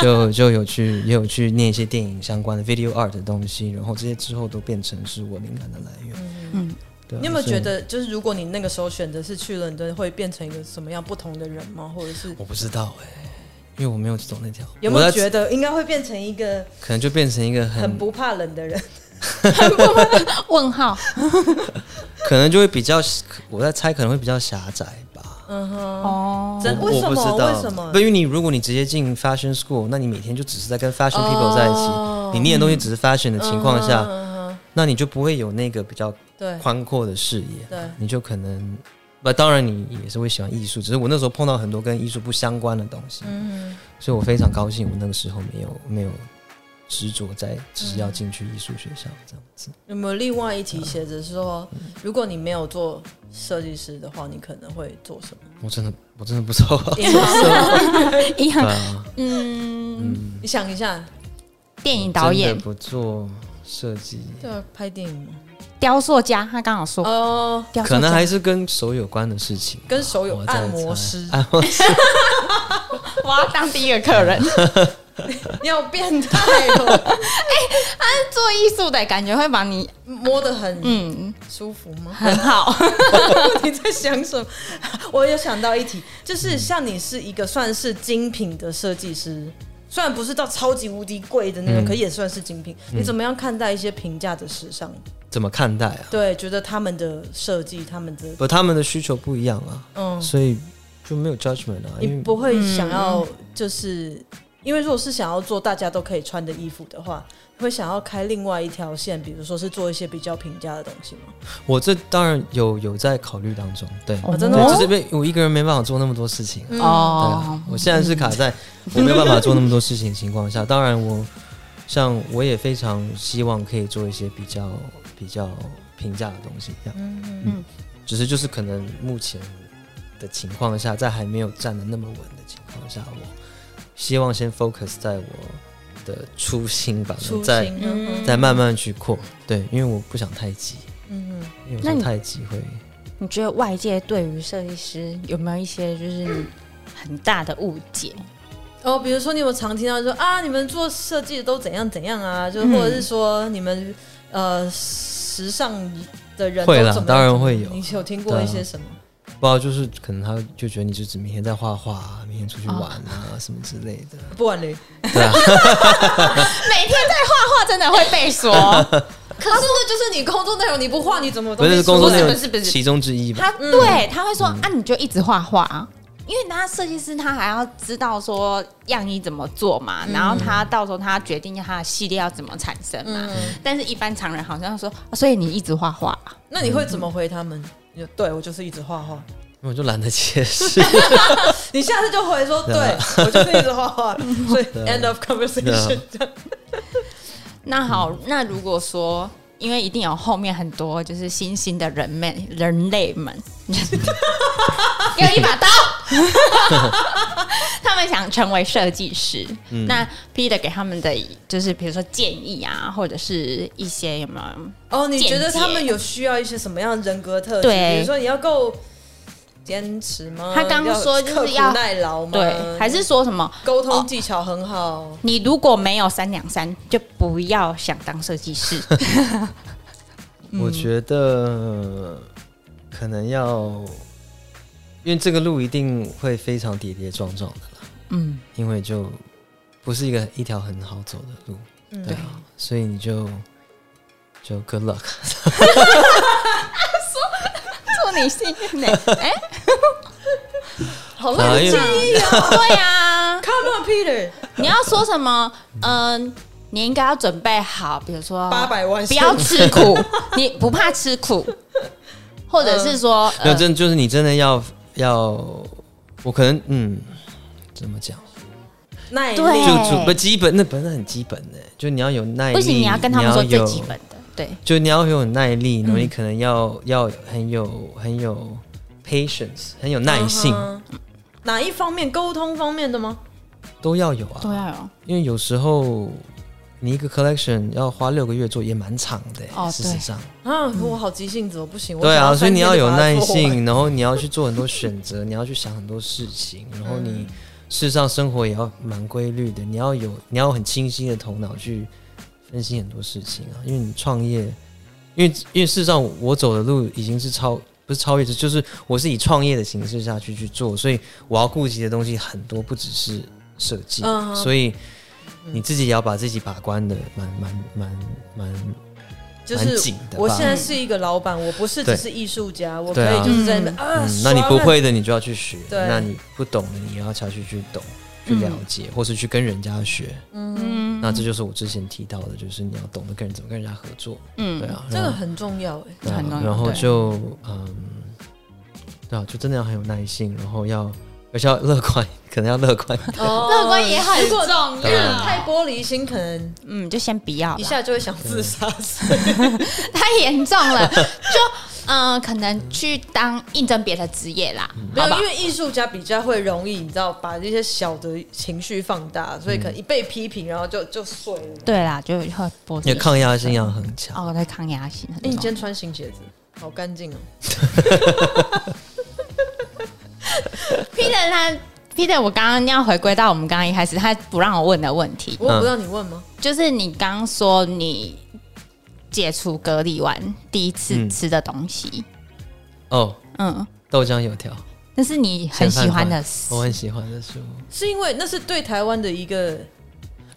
[SPEAKER 3] 就就有去也有去念一些电影相关的 video art 的东西，然后这些之后都变成是我灵感的来源。
[SPEAKER 1] 嗯，
[SPEAKER 3] 对啊
[SPEAKER 2] 你有没有
[SPEAKER 3] 所以
[SPEAKER 2] 觉得，就是如果你那个时候选择是去伦敦，会变成一个什么样不同的人吗？或者是
[SPEAKER 3] 我不知道哎、因为我没有走那条，
[SPEAKER 2] 有没
[SPEAKER 3] 我
[SPEAKER 2] 有
[SPEAKER 3] 在嗯
[SPEAKER 2] 觉得应该会变成一个
[SPEAKER 3] 可能就变成一个很
[SPEAKER 2] 很不怕冷的人？
[SPEAKER 1] 问号，
[SPEAKER 3] 可能就会比较，我在猜可能会比较狭窄吧。
[SPEAKER 2] 嗯哼，
[SPEAKER 1] 哦，
[SPEAKER 2] 真
[SPEAKER 3] 我
[SPEAKER 2] 为
[SPEAKER 3] 我
[SPEAKER 2] 什
[SPEAKER 3] 不知
[SPEAKER 2] 么？
[SPEAKER 3] 道，
[SPEAKER 2] 为什么
[SPEAKER 3] 不？因为你如果你直接进 fashion school，那你每天就只是在跟 fashion people 在一起，
[SPEAKER 2] 哦
[SPEAKER 3] 你念的东西只是 fashion 的情况下，
[SPEAKER 2] 嗯哼
[SPEAKER 3] 那你就不会有那个比较
[SPEAKER 2] 对
[SPEAKER 3] 宽阔的视野，
[SPEAKER 2] 对
[SPEAKER 3] 你就可能，那当然你也是会喜欢艺术，只是我那时候碰到很多跟艺术不相关的东西，
[SPEAKER 2] 嗯
[SPEAKER 3] 所以我非常高兴，我那个时候没有没有执着在只是要进去艺术学校这样子。
[SPEAKER 2] 有没有另外一题写着说，如果你没有做设计师的话，你可能会做什么？
[SPEAKER 3] 我真的我真的不知 道，
[SPEAKER 1] 一
[SPEAKER 3] 对
[SPEAKER 1] 样，
[SPEAKER 3] 啊
[SPEAKER 1] 嗯，
[SPEAKER 2] 你想一下，
[SPEAKER 1] 电影导
[SPEAKER 3] 真
[SPEAKER 1] 演
[SPEAKER 3] 的、不做设计，
[SPEAKER 2] 对啊，拍电影吗？
[SPEAKER 1] 雕塑家，他刚好说，
[SPEAKER 2] 哦，
[SPEAKER 1] 雕塑家
[SPEAKER 3] 可能还是跟手有关的事情，
[SPEAKER 2] 跟手有
[SPEAKER 3] 我在
[SPEAKER 2] 按
[SPEAKER 3] 猜
[SPEAKER 2] 摩师，
[SPEAKER 3] 按摩师
[SPEAKER 1] 我要当第一个客 人，
[SPEAKER 2] 你好变态哦！
[SPEAKER 1] 做艺术的感觉会把你
[SPEAKER 2] 摸得很
[SPEAKER 1] 嗯
[SPEAKER 2] 舒服吗？
[SPEAKER 1] 很好，
[SPEAKER 2] 你在想什么？我有想到一题，就是像你是一个算是精品的设计师，虽然不是到超级无敌贵的那种，
[SPEAKER 3] 嗯
[SPEAKER 2] 可也算是精品。你怎么样看待一些平价的时尚？
[SPEAKER 3] 怎么看待啊？
[SPEAKER 2] 对，觉得他们的设计，他们的
[SPEAKER 3] 不，他们的需求不一样啊，
[SPEAKER 2] 嗯，
[SPEAKER 3] 所以就没有 judgment 啊，
[SPEAKER 2] 你
[SPEAKER 3] 因为
[SPEAKER 2] 不会想要就是。因为如果是想要做大家都可以穿的衣服的话，会想要开另外一条线，比如说是做一些比较平价的东西吗？
[SPEAKER 3] 我这当然有有在考虑当中，对，
[SPEAKER 1] 哦
[SPEAKER 2] 真的
[SPEAKER 3] 对，
[SPEAKER 2] 吗
[SPEAKER 3] 就这边我一个人没办法做那么多事情啊、对
[SPEAKER 1] 哦
[SPEAKER 3] 啊，，我现在是卡在我没有办法做那么多事情的情况下，当然我像我也非常希望可以做一些比较比较平价的东西，这样，
[SPEAKER 2] 嗯
[SPEAKER 1] 嗯
[SPEAKER 3] 只是就是可能目前的情况下，在还没有站得那么稳的情况下，我希望先 focus 在我的初心吧，
[SPEAKER 2] 初
[SPEAKER 3] 再
[SPEAKER 2] 心，
[SPEAKER 1] 嗯
[SPEAKER 2] 嗯
[SPEAKER 3] 再慢慢去扩，对，因为我不想太急，
[SPEAKER 2] 嗯，
[SPEAKER 3] 因为我
[SPEAKER 1] 那你
[SPEAKER 3] 想太急会。
[SPEAKER 1] 你觉得外界对于设计师有没有一些就是你很大的误解？
[SPEAKER 2] 哦，比如说你有没有常听到说啊，你们做设计都怎样怎样啊，就或者是说你们呃时尚的人
[SPEAKER 3] 会啦
[SPEAKER 2] 都怎么样
[SPEAKER 3] 当然会有啊
[SPEAKER 2] 你有听过一些什么？
[SPEAKER 3] 不知道，就是可能他就觉得你就只明天在画画、啊，明天出去玩啊、什么之类的。
[SPEAKER 1] 哦
[SPEAKER 2] 不管嘞，
[SPEAKER 3] 对啊，
[SPEAKER 1] 每天在画画真的会被说，
[SPEAKER 2] 可是这就是你工作内容，你不画你怎么有
[SPEAKER 3] 不
[SPEAKER 2] 东西
[SPEAKER 3] 是
[SPEAKER 2] 出来
[SPEAKER 3] 工作内
[SPEAKER 1] 不
[SPEAKER 3] 容
[SPEAKER 1] 是不是
[SPEAKER 3] 其中之一吧？
[SPEAKER 1] 他对他会说啊，你就一直画画啊。因为他设计师，他还要知道说样衣怎么做嘛，然后他到时候他决定他的系列要怎么产生嘛。但是，一般常人好像说，啊所以你一直画画啊，
[SPEAKER 2] 那你会怎么回他们？你就对我就是一直画画，
[SPEAKER 3] 因为我就懒得 解释。
[SPEAKER 2] 你下次就回说，
[SPEAKER 3] 对啊
[SPEAKER 2] 对我就是一直 画画，所以
[SPEAKER 3] 对啊
[SPEAKER 2] end of conversation 这样。
[SPEAKER 1] 那好，那如果说，因为一定有后面很多就是新兴的人们人类们， 有一把刀， 他们想成为设计师，那 Peter 给他们的就是比如说建议啊，或者是一些有没有
[SPEAKER 2] 哦，你觉得
[SPEAKER 1] 见解
[SPEAKER 2] 他们有需要一些什么样人格特质？
[SPEAKER 1] 对
[SPEAKER 2] 比如说你要够坚持吗？
[SPEAKER 1] 他刚刚说就是要
[SPEAKER 2] 刻苦耐劳吗？
[SPEAKER 1] 对，还是说什么
[SPEAKER 2] 沟通技巧很好？
[SPEAKER 1] 你如果没有三两三，就不要想当设计师。
[SPEAKER 3] 我觉得呃可能要，因为这个路一定会非常跌跌撞撞的啦，
[SPEAKER 1] 嗯，
[SPEAKER 3] 因为就不是一个一条很好走的路，
[SPEAKER 2] 嗯
[SPEAKER 3] 对啊，所以你就就 good luck。
[SPEAKER 1] 祝你幸运呢、哎、
[SPEAKER 2] 好
[SPEAKER 3] 啊
[SPEAKER 2] 冷
[SPEAKER 3] 因
[SPEAKER 2] 静
[SPEAKER 3] 为
[SPEAKER 1] 对啊，
[SPEAKER 2] ，Come on Peter，
[SPEAKER 1] 你要说什么？嗯、你应该要准备好，比如说
[SPEAKER 2] 八，百万
[SPEAKER 1] 不要吃苦，你不怕吃苦，或者是 说，
[SPEAKER 3] 没有，
[SPEAKER 1] 呃
[SPEAKER 3] 真的就是你真的要要，我可能嗯，怎么讲？
[SPEAKER 2] 耐
[SPEAKER 1] 对
[SPEAKER 2] 力，
[SPEAKER 3] 就主不基本，那本来很基本的，就你要有耐力，
[SPEAKER 1] 不行，你要跟他们说
[SPEAKER 3] 你要
[SPEAKER 1] 最
[SPEAKER 3] 有
[SPEAKER 1] 基本嗯的，对，
[SPEAKER 3] 就你要有耐力，然后你可能要、要很有很有 patience，很有耐性，
[SPEAKER 2] 嗯哼哪一方面？沟通方面的吗？
[SPEAKER 3] 都要有啊。
[SPEAKER 1] 都要有。
[SPEAKER 3] 因为有时候你一个 collection 要花六个月做，也蛮长的、
[SPEAKER 1] 哦
[SPEAKER 3] 事实上，
[SPEAKER 2] 啊，
[SPEAKER 1] 嗯
[SPEAKER 2] 我好急性子，我不行。我
[SPEAKER 3] 对
[SPEAKER 2] 想
[SPEAKER 3] 啊，
[SPEAKER 2] 要
[SPEAKER 3] 所以
[SPEAKER 2] 三
[SPEAKER 3] 你
[SPEAKER 2] 天
[SPEAKER 3] 要
[SPEAKER 2] 就
[SPEAKER 3] 有
[SPEAKER 2] 把它
[SPEAKER 3] 耐
[SPEAKER 2] 做完
[SPEAKER 3] 性，然后你要去做很多选择，你要去想很多事情，然后
[SPEAKER 2] 嗯
[SPEAKER 3] 你事实上生活也要蛮规律的，你要有你要有很清晰的头脑去分析很多事情啊，因为你创业，因为因为事实上我走的路已经是超不是超越，就是我是以创业的形式下去去做，所以我要顾及的东西很多，不只是设计，
[SPEAKER 2] 嗯
[SPEAKER 3] 所以。你自己也要把自己把关的蛮蛮蛮蛮
[SPEAKER 2] 就
[SPEAKER 3] 蛮
[SPEAKER 2] 是
[SPEAKER 3] 紧的吧。
[SPEAKER 2] 我现在是一个老板，我不是只
[SPEAKER 3] 对
[SPEAKER 2] 是艺术家，我可
[SPEAKER 3] 对啊
[SPEAKER 2] 以就是在那边
[SPEAKER 1] 呃
[SPEAKER 2] 啊
[SPEAKER 3] 嗯，，那你不会的，你就要去学；
[SPEAKER 2] 对
[SPEAKER 3] 那你不懂的，你要下去去懂、去了解，或是去跟人家学。
[SPEAKER 1] 嗯
[SPEAKER 3] 那这就是我之前提到的，就是你要懂得跟人怎么跟人家合作。对
[SPEAKER 1] 嗯，
[SPEAKER 3] 啊，
[SPEAKER 2] 这个
[SPEAKER 3] 然后
[SPEAKER 2] 很重要哎。
[SPEAKER 3] 对啊
[SPEAKER 1] 很重要
[SPEAKER 3] 然后
[SPEAKER 1] 对
[SPEAKER 3] 就嗯，对啊，就真的要很有耐心，然后要而且要乐观，可能要 乐观。
[SPEAKER 2] 哦
[SPEAKER 1] 乐观也很重
[SPEAKER 3] 对
[SPEAKER 1] 要
[SPEAKER 3] 啊。
[SPEAKER 2] 太玻璃心，可能
[SPEAKER 1] 嗯，就先不要啦
[SPEAKER 2] 一下就会想自杀
[SPEAKER 1] 嗯
[SPEAKER 2] 死。
[SPEAKER 1] 太严重了， 就嗯、呃可能去当应征别的职业啦，
[SPEAKER 3] 嗯
[SPEAKER 2] 没
[SPEAKER 1] 好
[SPEAKER 2] 有，
[SPEAKER 1] 吧
[SPEAKER 2] 因？为艺术家比较会容易，你知道，把这些小的情绪放大，
[SPEAKER 1] 嗯
[SPEAKER 2] 所以可能一被批评，然后就就碎了。
[SPEAKER 1] 对啦，就会播
[SPEAKER 3] 你的抗压性要很强。
[SPEAKER 1] 哦，对，抗压性很
[SPEAKER 2] 哎，你
[SPEAKER 1] 重
[SPEAKER 2] 今
[SPEAKER 1] 要。
[SPEAKER 2] 天穿新鞋子，好干净哦。
[SPEAKER 1] Peter 他 Peter，我刚刚要回归到我们刚刚一开始他不让我问的问题，
[SPEAKER 2] 我有不让你问吗？
[SPEAKER 1] 就是你刚刚说你解除隔离完第一次
[SPEAKER 3] 嗯
[SPEAKER 1] 吃的东西，
[SPEAKER 3] 哦，
[SPEAKER 1] 嗯
[SPEAKER 3] 豆浆油条，
[SPEAKER 1] 那是你很喜欢的
[SPEAKER 3] 咸饭团我很喜欢的食物。
[SPEAKER 2] 是因为那是对台湾的一个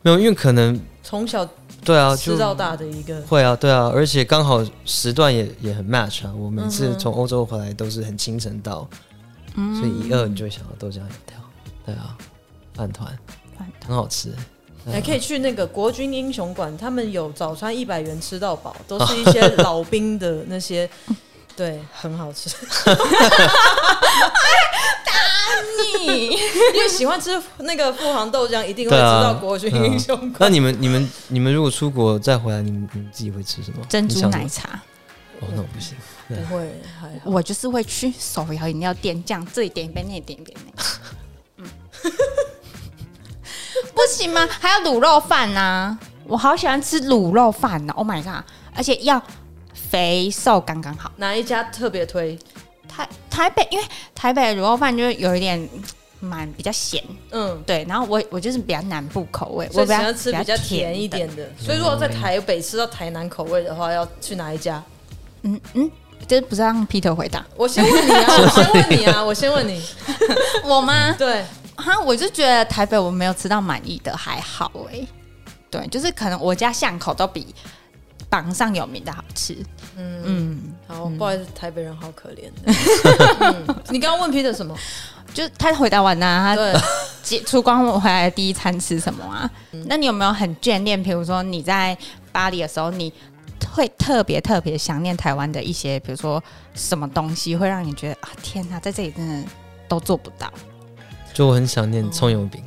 [SPEAKER 3] 没有，因为可能
[SPEAKER 2] 从小
[SPEAKER 3] 对啊，就
[SPEAKER 2] 吃到大的一个，
[SPEAKER 3] 会啊，对啊，而且刚好时段也也很 match 啊。我每
[SPEAKER 2] 嗯
[SPEAKER 3] 次
[SPEAKER 2] 哼嗯
[SPEAKER 3] 从欧洲回来都是很清晨到，所以一饿你就会想到豆浆油条，对啊，饭团
[SPEAKER 1] 饭团
[SPEAKER 3] 很好吃，
[SPEAKER 1] 嗯
[SPEAKER 2] 还哎可以去那个国军英雄馆，他们有早餐一百元吃到饱， 都是一些老兵的那些，对，很好吃。
[SPEAKER 1] 你
[SPEAKER 2] 因为喜欢吃那个富航豆浆，一定会
[SPEAKER 3] 对
[SPEAKER 2] 知
[SPEAKER 3] 啊
[SPEAKER 2] 道国军英雄馆。
[SPEAKER 3] 那你们、你们、你们如果出国再回来，你们你们自己会吃什么？
[SPEAKER 1] 珍
[SPEAKER 3] 你
[SPEAKER 1] 珠
[SPEAKER 3] 想
[SPEAKER 1] 奶
[SPEAKER 3] 什
[SPEAKER 1] 茶，
[SPEAKER 3] 么？哦，那我不行。
[SPEAKER 1] 啊
[SPEAKER 3] 对
[SPEAKER 2] 不会，还好。
[SPEAKER 1] 哦我就是会去手摇饮料店这样，这里点一杯，那里点一杯，那里嗯， 不行吗？还有卤肉饭啊呐、我好喜欢吃卤肉饭呢、o h my god！而且要肥瘦刚刚好。
[SPEAKER 2] 哪一家特别推？
[SPEAKER 1] 台台北，因为台北的卤肉饭就是有一点蛮比较咸，
[SPEAKER 2] 嗯，
[SPEAKER 1] 对。然后我我就是比较南部口味，
[SPEAKER 2] 所
[SPEAKER 1] 我
[SPEAKER 2] 以
[SPEAKER 1] 比
[SPEAKER 2] 想
[SPEAKER 1] 较
[SPEAKER 2] 要吃比较甜一点
[SPEAKER 1] 的，
[SPEAKER 2] 的。所以如果在台北吃到台南口味的话，要去哪一家？
[SPEAKER 1] 嗯嗯。这不是让 Peter 回答
[SPEAKER 2] 我先问你 啊，我先问你啊，我先问你。
[SPEAKER 1] 我吗？
[SPEAKER 2] 对，
[SPEAKER 1] 哈，我就觉得台北我没有吃到满意的，还好哎、对，就是可能我家巷口都比榜上有名的好吃。嗯
[SPEAKER 2] 好，不好意思，台北人好可 怜。嗯你刚刚问 Peter 什么？
[SPEAKER 1] 就他回答完啦、他
[SPEAKER 2] 对，
[SPEAKER 1] 结出关回来的第一餐吃什么啊？那你有没有很眷恋？比如说你在巴黎的时候，你会特别特别想念台湾的一些，比如说什么东西，会让你觉得啊，天哪，在这里真的都做不到
[SPEAKER 3] 就我很想念葱油饼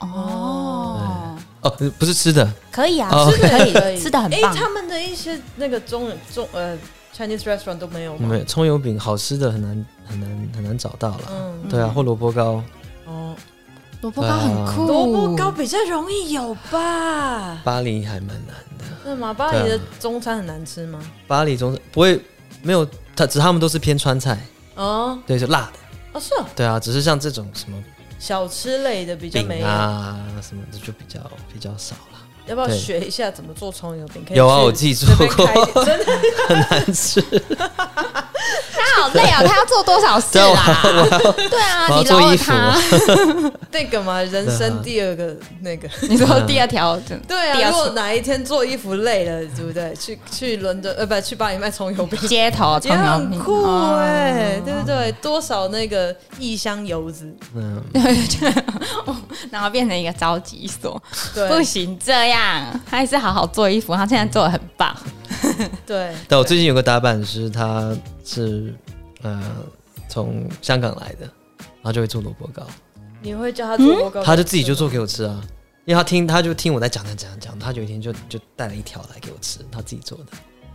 [SPEAKER 1] 哦。
[SPEAKER 3] 哦，不是吃的，
[SPEAKER 1] 可以啊，
[SPEAKER 3] 哦
[SPEAKER 1] 吃的可以，吃的很
[SPEAKER 2] 哎，
[SPEAKER 1] 棒。
[SPEAKER 2] 他们的一些那个中中呃 Chinese restaurant 都没有吗？
[SPEAKER 3] 没有葱油饼好吃的很难很难很难找到了。
[SPEAKER 2] 嗯，
[SPEAKER 3] 对啊，或萝卜糕，
[SPEAKER 2] 哦，
[SPEAKER 1] 萝卜糕很酷，
[SPEAKER 2] 萝卜糕比较容易有吧？
[SPEAKER 3] 巴黎还蛮难的。
[SPEAKER 2] 那马巴黎
[SPEAKER 3] 对
[SPEAKER 2] 的
[SPEAKER 3] 啊
[SPEAKER 2] 中餐很难吃吗？
[SPEAKER 3] 巴黎中不会没有，他只他们都是偏川菜，
[SPEAKER 1] 啊
[SPEAKER 2] 哦，
[SPEAKER 3] 对，就辣的。
[SPEAKER 2] 哦是哦
[SPEAKER 3] 对啊，只是像这种什么
[SPEAKER 2] 小吃类的比较没
[SPEAKER 3] 饼
[SPEAKER 2] 有，
[SPEAKER 3] 啊什么的就比较比较少了。
[SPEAKER 2] 要不要
[SPEAKER 3] 对
[SPEAKER 2] 学一下怎么做葱油饼？可以
[SPEAKER 3] 有啊，
[SPEAKER 2] 去
[SPEAKER 3] 我自己做
[SPEAKER 2] 这边
[SPEAKER 3] 过，
[SPEAKER 2] 开一真的
[SPEAKER 3] 很 难吃。
[SPEAKER 1] 他好累哦，他要做多少事啦？对啊，
[SPEAKER 3] 我要
[SPEAKER 1] 你
[SPEAKER 3] 做
[SPEAKER 1] 饶了
[SPEAKER 3] 衣服
[SPEAKER 1] 他。
[SPEAKER 2] 那个嘛，人
[SPEAKER 3] 啊
[SPEAKER 2] 生第二个那个。
[SPEAKER 1] 你说第二条，真的
[SPEAKER 2] 对
[SPEAKER 1] 第
[SPEAKER 2] 啊，
[SPEAKER 1] 二
[SPEAKER 2] 如果
[SPEAKER 1] 次
[SPEAKER 2] 哪一天做衣服累了，对不对？去去伦敦，呃，不，去巴黎卖葱油 饼，
[SPEAKER 1] 街头
[SPEAKER 2] 也
[SPEAKER 1] 葱油
[SPEAKER 2] 很
[SPEAKER 1] 饼
[SPEAKER 2] 酷哎、
[SPEAKER 1] 哦
[SPEAKER 2] 对不对？多少那个异香油 脂，
[SPEAKER 3] 嗯，
[SPEAKER 1] 然后变成一个召集所，不
[SPEAKER 2] 对
[SPEAKER 1] 行这样，他还是好好做衣服，他现在做的很棒。
[SPEAKER 2] 对，
[SPEAKER 3] 但我最近有个打板师，他是呃从香港来的，然后就会做萝卜糕，
[SPEAKER 2] 你会叫他做报告、
[SPEAKER 3] 他就自己就做给我吃啊。因为他听，他就听我在讲讲讲讲，他有一天就就带了一条来给我吃，他自己做的。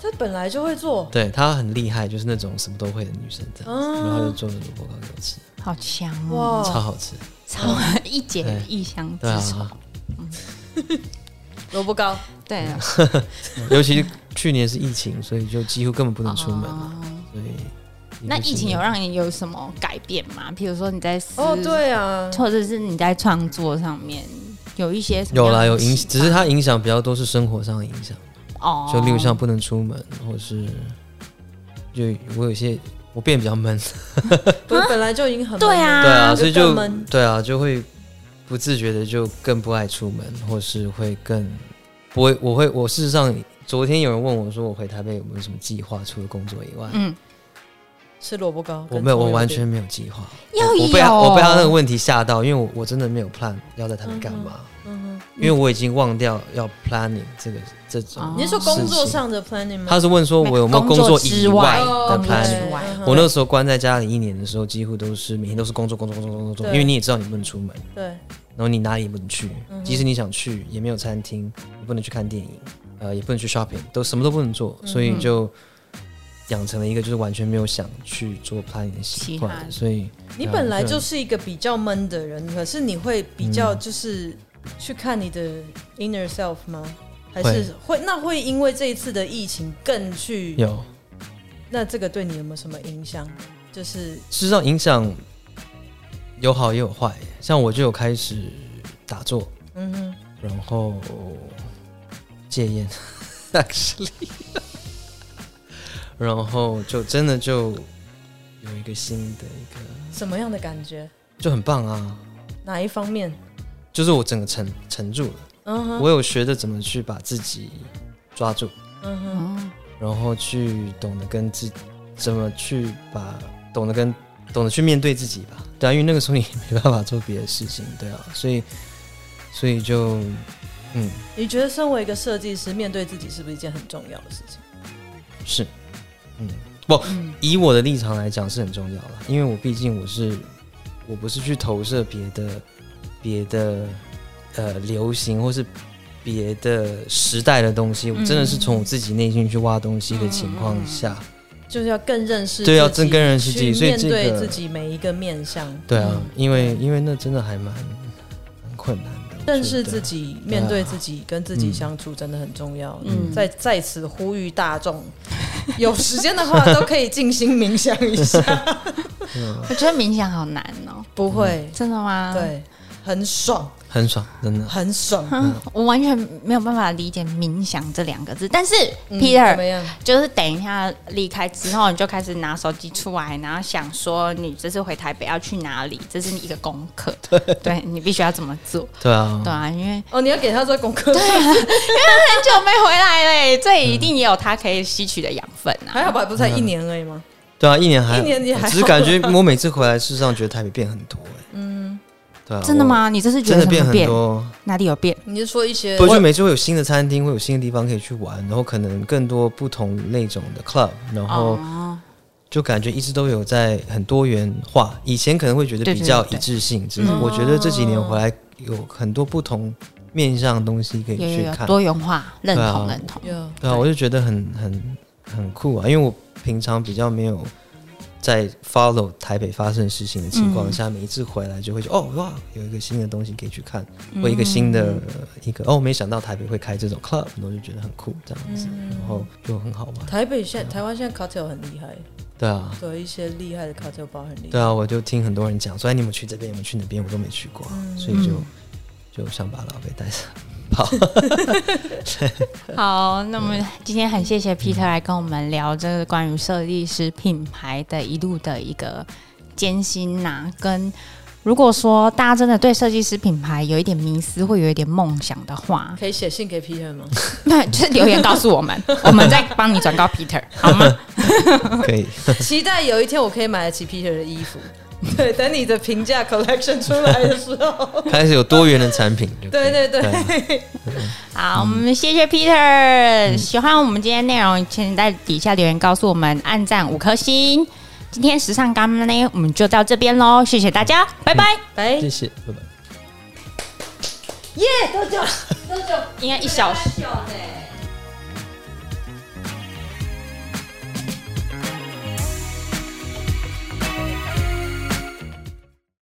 [SPEAKER 2] 他本来就会做，
[SPEAKER 3] 对她很厉害，就是那种什么都会的女生这样子，
[SPEAKER 2] 嗯
[SPEAKER 3] 然后她就做了萝卜糕给我吃，
[SPEAKER 1] 好强哦！
[SPEAKER 3] 超
[SPEAKER 2] 哇，
[SPEAKER 3] 好吃。
[SPEAKER 1] 超一姐异乡之
[SPEAKER 3] 对
[SPEAKER 1] 手，
[SPEAKER 3] 啊，
[SPEAKER 2] 萝卜糕，
[SPEAKER 1] 对，啊
[SPEAKER 3] 尤其是去年是疫情，所以就几乎根本不能出门了，
[SPEAKER 1] 哦
[SPEAKER 3] 所以
[SPEAKER 1] 那疫情有
[SPEAKER 3] 让
[SPEAKER 1] 让你有什么改变吗？比如说你在思
[SPEAKER 2] 哦，，对啊，
[SPEAKER 1] 或者是你在创作上面有一些什么
[SPEAKER 3] 有
[SPEAKER 1] 样
[SPEAKER 3] 啦
[SPEAKER 1] 的
[SPEAKER 3] 有影，
[SPEAKER 1] 启
[SPEAKER 3] 只是它影响比较多是生活上的影响，
[SPEAKER 1] 哦，
[SPEAKER 3] 就例如像不能出门，或是就我有一些我变得比较闷，
[SPEAKER 2] 不是本来就已经很
[SPEAKER 1] 对啊
[SPEAKER 3] 对啊，所以
[SPEAKER 2] 就
[SPEAKER 3] 就
[SPEAKER 2] 更闷
[SPEAKER 3] 对啊就会不自觉的就更不爱出门，或是会更不会，我会我事实上。昨天有人问我说：“我回台北有没有什么计划？除了工作以外，
[SPEAKER 1] 嗯，
[SPEAKER 2] 吃萝卜糕，
[SPEAKER 3] 我没有，
[SPEAKER 2] 跟葱油
[SPEAKER 3] 我
[SPEAKER 2] 饼
[SPEAKER 3] 完全没有计划。
[SPEAKER 1] 要
[SPEAKER 3] 我我被他
[SPEAKER 1] 有哦
[SPEAKER 3] 我被他那个问题吓到，因为我我真的没有 plan 要在台北干嘛，
[SPEAKER 1] 嗯
[SPEAKER 2] 嗯
[SPEAKER 3] 因为我已经忘掉要 planning 这个这种。
[SPEAKER 1] 哦
[SPEAKER 2] 你是说工作上的 planning
[SPEAKER 3] 嗯
[SPEAKER 2] 吗？哦
[SPEAKER 3] 他是问说我有没有工作以外哦的
[SPEAKER 1] 工作之
[SPEAKER 3] planning。
[SPEAKER 1] 外
[SPEAKER 2] 嗯
[SPEAKER 3] 我那时候关在家里一年的时候，几乎都是每天都是工作工作工作工作工作，
[SPEAKER 2] 对
[SPEAKER 3] 因为你也知道你不能出门，
[SPEAKER 2] 对，
[SPEAKER 3] 然后你哪里也不能去，即使你想去也没有餐厅，也不能去看电影，呃，也不能去 shopping，都什么都不能做，所以就养成了一个就是完全没有想去做 planning 的习
[SPEAKER 1] 习
[SPEAKER 3] 惯，
[SPEAKER 1] 惯
[SPEAKER 3] 所以对
[SPEAKER 2] 你
[SPEAKER 3] 啊嗯
[SPEAKER 2] 本来
[SPEAKER 3] 就
[SPEAKER 2] 就是一个比较闷的人，可是你会比较就是去看你的 inner self 吗？还是会那会因为这一次的疫情更去
[SPEAKER 3] 有。
[SPEAKER 2] 那这个对你有没有什么影响？就是
[SPEAKER 3] 事实上影响有好也有坏，像我就有开始打坐，
[SPEAKER 2] 嗯哼，
[SPEAKER 3] 然后戒烟 ，actually，然后就真的就有一个新的一个，
[SPEAKER 2] 什么样的感觉？
[SPEAKER 3] 就很棒啊！
[SPEAKER 2] 哪一方面？
[SPEAKER 3] 就是我整个沉沉住了，
[SPEAKER 2] 嗯哼，
[SPEAKER 3] 我有学着怎么去把自己抓住，
[SPEAKER 2] 嗯哼，
[SPEAKER 1] 嗯
[SPEAKER 3] 然后去懂得跟自怎么去把懂得跟懂得去面对自己吧。对啊，因为那个时候你也没办法做别的事情，对啊，所以所以就嗯
[SPEAKER 2] 你觉得身为一个设计师，面对自己是不是一件很重要的事情？
[SPEAKER 3] 是嗯不以我的立场来讲是很重要的，因为我毕竟我是我不是去投射别的别的呃流行或是。别的时代的东
[SPEAKER 2] 嗯
[SPEAKER 3] 西，我真的是从我自己内心去挖东西的情况下，
[SPEAKER 2] 嗯就是要更认识
[SPEAKER 3] 对要
[SPEAKER 2] 自
[SPEAKER 3] 真
[SPEAKER 2] 己
[SPEAKER 3] 更认识自己
[SPEAKER 2] 去
[SPEAKER 3] 所以
[SPEAKER 2] 面
[SPEAKER 3] 这
[SPEAKER 2] 对
[SPEAKER 3] 个
[SPEAKER 2] 自己每一个面相，
[SPEAKER 3] 对啊，因为因为那真的还蛮蛮困难的。我觉得
[SPEAKER 2] 认识自己、面对自己、跟自己相处真的很重要。嗯，在在此呼吁大众， 有时间的话都可以静心冥想一下，
[SPEAKER 1] 我觉得冥想好难哦，
[SPEAKER 2] 不会，
[SPEAKER 1] 真的吗？，
[SPEAKER 2] 对，很爽，
[SPEAKER 3] 很爽，真的。
[SPEAKER 2] 很爽。
[SPEAKER 1] 嗯，我完全没有办法理解冥想这两个字。但是
[SPEAKER 2] 嗯怎
[SPEAKER 1] Peter，、
[SPEAKER 2] 么样？
[SPEAKER 1] 就是等一下离开之后，你就开始拿手机出来，然后想说你这次回台北要去哪里，这是你一个功 课，对你必须要怎么做，
[SPEAKER 3] 对啊
[SPEAKER 1] 对，啊，因为
[SPEAKER 2] 哦，你要给他做功课，
[SPEAKER 1] 很久没回来嘞，这一定也有他可以吸取的养分啊。
[SPEAKER 2] 还好吧？不是才一年而已吗？
[SPEAKER 3] 对啊，一年还
[SPEAKER 2] 一年也还好
[SPEAKER 3] 只是感觉我每次回来，事实上觉得台北变很多哎。嗯，对啊，
[SPEAKER 1] 真的吗？你这次
[SPEAKER 3] 我？
[SPEAKER 1] 觉
[SPEAKER 3] 真
[SPEAKER 1] 得什
[SPEAKER 3] 的变
[SPEAKER 1] 么
[SPEAKER 3] 很
[SPEAKER 1] 变？
[SPEAKER 3] 多，
[SPEAKER 1] 哪里有变？
[SPEAKER 2] 你是说一些
[SPEAKER 3] 不过就每次会有新的餐厅，会有新的地方可以去玩，然后可能更多不同类种的 club，然后
[SPEAKER 1] 哦，
[SPEAKER 3] 就感觉一直都有在很多元化。以前可能会觉得
[SPEAKER 1] 对
[SPEAKER 3] 比
[SPEAKER 1] 对
[SPEAKER 3] 较
[SPEAKER 1] 对
[SPEAKER 3] 一
[SPEAKER 1] 对
[SPEAKER 3] 致性，只
[SPEAKER 1] 嗯
[SPEAKER 3] 是我觉得这几年回来有很多不同面向的东西可以
[SPEAKER 1] 有
[SPEAKER 3] 去
[SPEAKER 1] 有有
[SPEAKER 3] 看。
[SPEAKER 1] 多元化，认
[SPEAKER 3] 对啊
[SPEAKER 1] 同认同。
[SPEAKER 2] 有
[SPEAKER 3] 对啊，我就觉得很很很酷啊，因为我平常比较没有在 follow 台北发生的事情的情
[SPEAKER 2] 嗯
[SPEAKER 3] 况下，每一次回来就会觉得哦哇，有一个新的东西可以去看，
[SPEAKER 2] 嗯
[SPEAKER 3] 或一个新的、呃一个哦，没想到台北会开这种 club，然后就觉得很酷这样子，
[SPEAKER 2] 嗯
[SPEAKER 3] 然后就很好玩。
[SPEAKER 2] 台北现台湾现在 cartel 很厉害，
[SPEAKER 3] 对啊，
[SPEAKER 2] 对一些厉害的 cartel 包很厉
[SPEAKER 3] 对
[SPEAKER 2] 害。
[SPEAKER 3] 啊，我就听很多人讲说，哎，你们去这边，你们去那边，我都没去过啊，
[SPEAKER 2] 嗯
[SPEAKER 3] 所以就就想把老贝带上。跑，
[SPEAKER 1] 好，那么今天很谢谢 Peter 来跟我们聊这个关于设计师品牌的一路的一个艰辛呐、跟如果说大家真的对设计师品牌有一点迷思，会有一点梦想的 话，
[SPEAKER 2] 可以写信给 Peter 吗？
[SPEAKER 1] 那就是留言告诉我们，我们再帮你转告 Peter 好吗？
[SPEAKER 3] 可以，
[SPEAKER 2] 期待有一天我可以买得起 Peter 的衣服。 对，等你的评价 collection 出来的时候，
[SPEAKER 3] 开始有多元的产品就可以。
[SPEAKER 2] 对对对，
[SPEAKER 3] 啊
[SPEAKER 1] 好，我们谢谢 Peter。喜欢我们今天内容，请在底下留言告诉我们，按赞五颗星。今天时尚干妈呢，我们就到这边喽，谢谢大家，拜拜。
[SPEAKER 2] 拜
[SPEAKER 3] 谢谢，拜拜。
[SPEAKER 1] 应该一小时。
[SPEAKER 2] 拜。